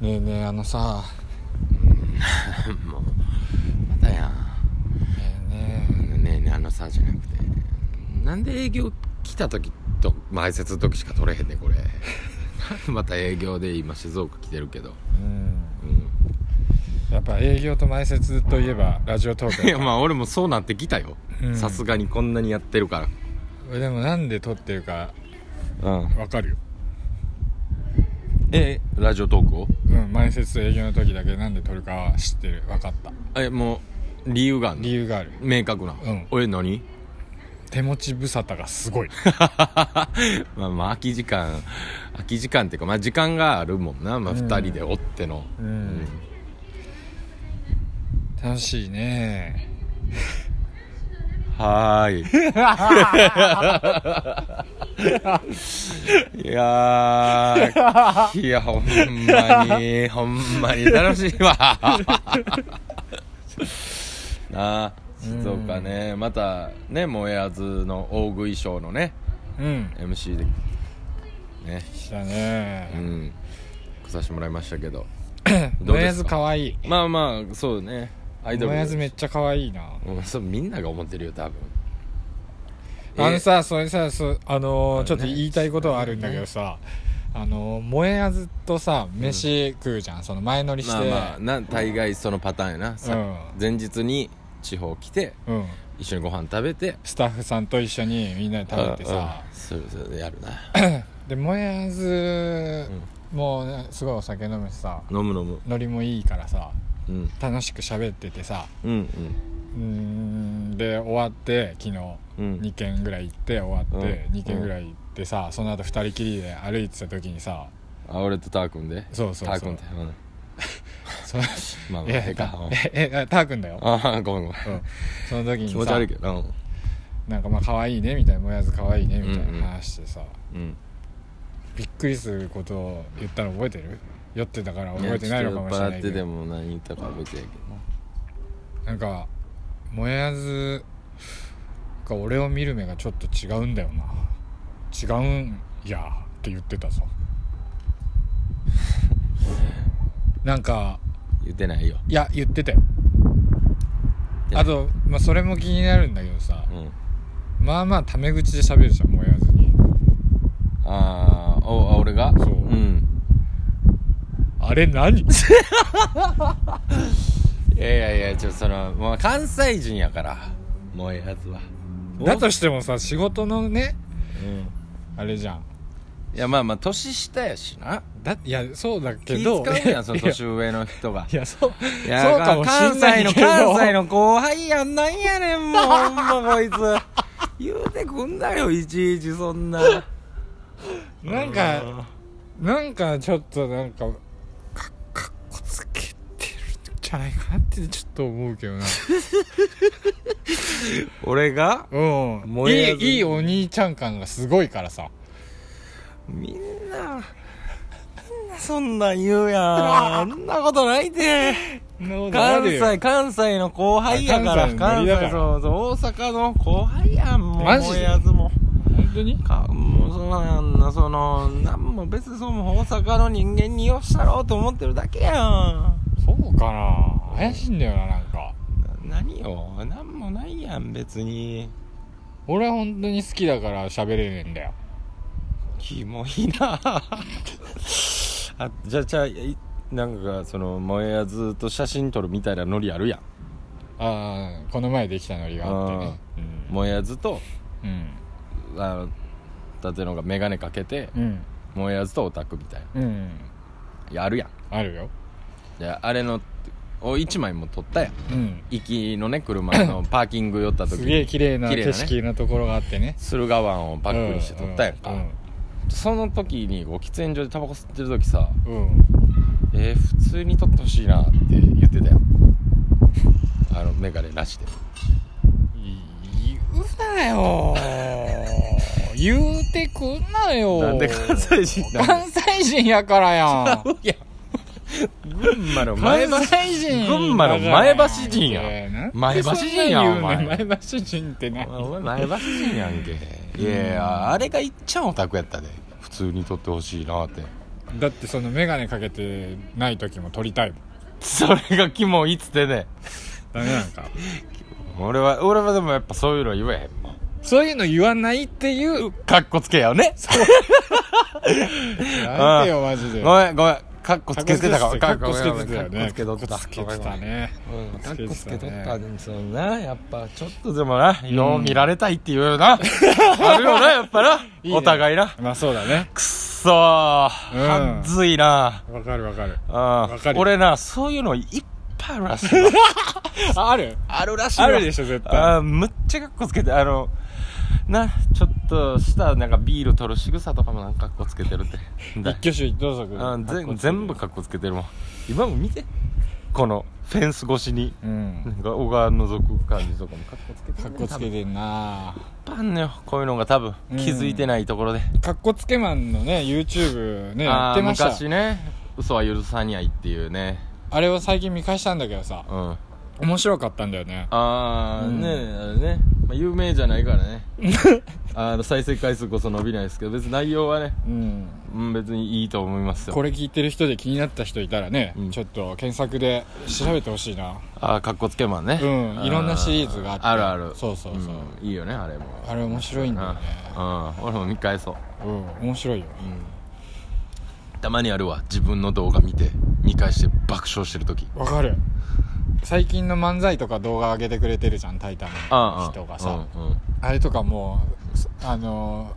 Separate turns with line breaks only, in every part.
ねえねえあのさ
もうまたやん
ねえね
あのねえねえあのさじゃなくてなんで営業来た時と前説の時しか取れへんねんこれ また営業で今静岡来てるけど、
えうん
う
やっぱ営業と前説といえばラジオトー
ん、
ク
い
や
やまあ俺もそうなってきたよ
うん
さすがにこんなにやってるか
でもなんで撮ってるから
うん
わかるよ
えラジオ投稿
うん前説と営業の時だけなんで撮るかは知ってるわかった
えもう理由があんの
理由がある
明確な、
ん
俺何
手持ち無沙汰がすごい
まあまあ空き時間空き時間っていうかまあ時間があるもんな、まあ、
うん
2人でおっての
うん楽しいね
はー い。いやー、いや、ほんまに、ほんまに楽しいわ。 なあ、静岡ね、またね、もえあずの大食いショーのね、
うん
MC で、ね、
来た
う
ね
ん、来させてもらいました けど。
も
どうで
や
す
ず
か
かわい
まあまあ、そうね、ア
い
イドル
も。やずめっちゃかわいいな
うんそうみんなが思ってるよ、多分。
あのさそれさそあのー
ね
ちょっと言いたいことはあるんだけどさ、あのー燃えあずとさ飯食うじゃん、その前乗りして、
まあまあな大概そのパターンやな、さ
うん
前日に地方来て
うん、
一緒にご飯食べて
スタッフさんと一緒にみんなで食べてさ
うん、そうそうやるな
で燃えあず、もうねすごいお酒飲むしさ
飲む飲む
ノリもいいからさ
うん
楽しく喋っててさ
うん
うーんで終わって昨日
うん
2軒ぐらい行って終わって
うん
2軒ぐらい行ってさその後二2人きりで歩いてた時にさ
あ俺とターくんで
そうそうそう
ターくんって、うん
その
まあまあ
いや
ええ
い
か
や
うん
ええたーくんだよ
ああごめんごめ
う
ん
んその時にさ
気持ち悪いけどな
なんかまあ可愛いねみたいなもやず可愛いねみた
うん
いうなん話してさ、
うん
びっくりすることを言ったの覚えてる酔ってたから
うん
覚えてないのかもしれない
ち
け
ょっと酔
ど
っ払ってでも何言ったか覚えてやけ
なんかもやずが俺を見る目がちょっと違うんだよな違うんやって言ってた ぞなんか
ど言ってないよ
いや言ってたよ
言
あ
ってない
と、まあ、それも気になるんだけどさ、
うん
まあまあタメ口で喋るじゃんもやずに
あーおあ俺が
そうんあれ 何
いやいやいやちょっとそのもう関西人やからもうええやつは
だとしてもさ仕事のね
うん
あれじゃん
いやまあまあ年下やしな
だいやそうだけ
気
ど
使うやんその
いや
年上の人が
いやそう
い
そうかもしんないけど
関西の関西の後輩やんなんやねんもうほんまこいつ言うてくんなよいちいちそんな
なんかなんかちょっとなんかかかっこつけてるんじゃないかなってちょっと思うけどな
俺が
うん
燃え
い
やず
いいいお兄ちゃん感がすごいからさ
みんなみんなそんなん言うやんそんなことないて関西関西の後輩やから
関西のノ
関
リだか
西
ら
そうそう大阪の後輩やんもう
マジで
もうやつも
本当に
かもうそんなんなそのなんも別にそうも大阪の人間によっしゃろうと思ってるだけやんな
そうかな怪しいんだよななんか
何よなんもないやん別に
俺は本当に好きだから喋れねえんだよ
キモいな あじゃあじゃあいなんかそのもえやずと写真撮るみたいなノリあるや
ああこの前できたノリがあってね
んもえやずと
うん
あの舘野が眼鏡かけて
うん
もえやずとオタクみたい
う
な
ん、うん、
いやあるやん
あるよ
いやあれのを1枚も撮ったやん
うん
行きのね車のパーキング寄った時
すげえ綺麗な
綺麗な
景
ね
色のところがあってね
駿河湾をバックにして撮ったやんか、その時にこう喫煙所でタバコ吸ってる時さ
うん、うんうん
「えー、普通に撮ってほしいな」って言ってたよ あの眼鏡なしで
言うなよ 言うてくんなよ
なんで関西人なんで
関西人やからやん
いや群馬の 前
関
橋
西人
群馬の前橋人や
ん
ん前橋人やん
ん
お前
前橋人ってね
お前前橋人やんけいやいやあれがいっちゃんオタクやったで普通に撮ってほしいなって
だってその眼鏡かけてない時も撮りたいもん
それがキモいっつってね
ダメなんか
俺は俺はでもやっぱそういうの言えへんもん
そういうの言わないっていう
かっこつけやよ ね
やめてよマジで
ごめんごめんかっこつけてたから
かっこつけてたよ
かっこ
ね
つけとった
かっこつけてたね
うんかっこつけとっ
ね
たでもそうなやっぱちょっとでもなよう見られたいっていう よなあるよなやっぱない
いね
お互いな
まあそうだね
くっそーはっずいな
わかるわかるわか
うん
る
俺なそういうのいっぱいあるらし いわ
あある
あるらしいわ
あるでしょ絶対
あーむっちゃかっこつけてあのなちょっとしたなんかビール取る仕草とかもなんかかっこつけて るってだ
一挙手一投足
うん
かっこつけ
全
て
全部かっこつけてるもん今も見てこのフェンス越しに
うん
なんか小川覗く感じとかもかっこつけてる
かっこつけてんな
パンのよこういうのが多分
うん
気づいてないところで、
かっこつけマンのね YouTube ねやっ
あー
てました
昔ね嘘は許さにゃいっていうね
あれを最近見返したんだけどさ
うんあ
面白かったんだよね
あー、
うん
ねえあれね、まあ、有名じゃないから ねあの再生回数こそ伸びないですけど別に内容はね
うん
うん別にいいと思いますよ
これ聞いてる人で気になった人いたらね、
うん
ちょっと検索で調べてほしいな
ああかっこつけマンね
うん
あ
いろんなシリーズがあって
あるある
そうそうそうん
いいよねあれも
あれ面白いんだよね
うんうん俺も見返そう
うん面白いよ
たまにあるわ自分の動画見て見返して爆笑してる時
わかる最近の漫才とか動画上げてくれてるじゃん「タイタン」の人がさ、
うんうん
あれとかもうそあの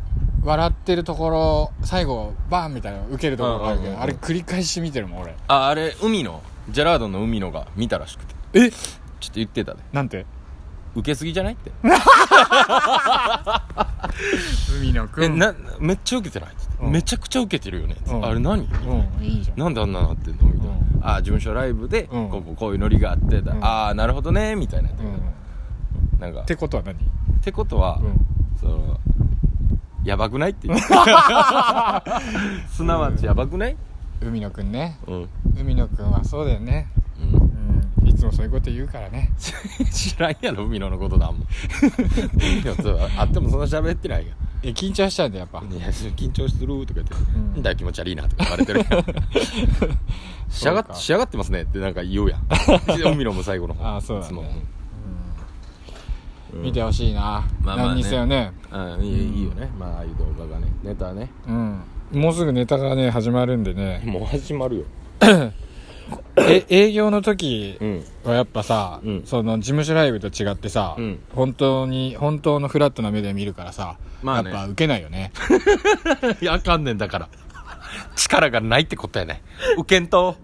ー笑ってるところ最後バーンみたいな受けるところがあるけど、
うんうんうん
あれ繰り返し見てるもん俺
ああれ海野ジェラードンの海野が見たらしくて
え
ちょっと言ってたで
なんて
受けすぎじゃないって
海野く
え
ん
なめっちゃ受けてないって
うん
めちゃくちゃ受けてるよねって
うん
あれ何
うんいいじゃん
なんであんななってんのみたいな
う
ああ事務所ライブで
う
こ
ん
うこうこういうノリがあって
ん
ああなるほどねみたいな
うん、っ
なんかって
ことは何、
てことは
うん
そのやばくないっていう すなわちやばくない
海野くんね
うん、うん、
海野くんはそうだよねうんいつもそういうこと言うからね
知らんやろ海野のことだもん 海野と会ってもそんな喋ってないよ
え緊張しちゃうんだよやっぱ、
いや緊張するとか言って「
うん
なんだよ気持ち悪いな」とか言われてる 仕上がっ仕上がってますねってなんか言うや ん海野も最後の方
あそうだね
いつもうん
見てほしいな、
まあまあね
何にせよね
うんいいいいよねまあああいう動画がねネタね
うんもうすぐネタがね始まるんでね
もう始まるよ
え営業の時
うん
はやっぱさ、
うん
その事務所ライブと違ってさ、
うん
本当に本当のフラットな目で見るからさ、
まあね
やっぱ受けないよね
いやあかんねんだから力がないってことやね受けんと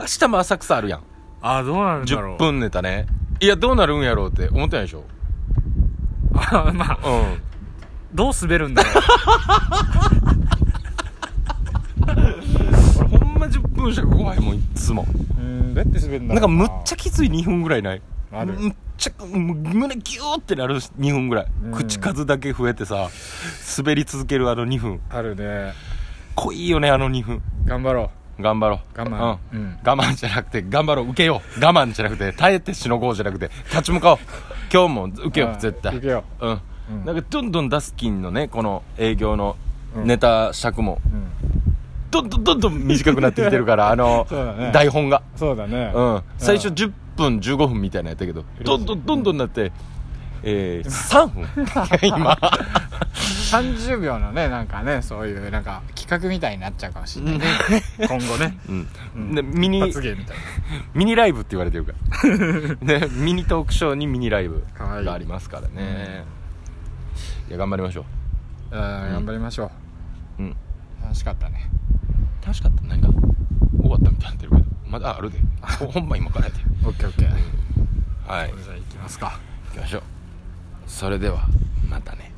明日も浅草あるやん
あどうなる
10分ネタねいやどうなるんやろうって思ってないでしょ
あ まあ
うん
どう滑るんだろう
俺ほんま10分尺怖いもんいっつも
うんどうやって滑るんだ
なん
ろ
か
う
むっち
ゃ
ゃきつい2分ぐらいない
ある
むっちゃもう胸ギューってなる2分ぐらい
うん
口数だけ増えてさ滑り続けるあの2分
あるね
濃いよねあの2分
頑張ろ
頑張ろう
我慢
うん
うん
我慢じゃなくて頑張ろう受けよう我慢じゃなくて耐えてしのごうじゃなくて立ち向かおう今日も受けよ
あ
う絶対
受けよ
ううん、
うん
なんかどんどんダスキンのねこの営業のネタ尺も、
う、うん、
どんどんどんどん短くなってきて るからあの、
そうだね
台本が
そうだね
うん、最初10分15分みたいなやったけどどんどんどんどんなって、えー、3分 今
30秒のねなんかねそういうなんか企画みたいになっちゃうかもしれないね 今後ね
うんでミニ
罰ゲーみたい
ミニライブって言われてるか らねミニトークショーにミニライブ
かわいい
がありますからねいや頑張りましょ
なうん頑張りましょ
ううん
う楽しかったね
楽しかった何か終わったみたいになってるけどまだああるでほ本番今からやで
OKOK
はい
じゃあ行きますか
行きましょうそれではまたね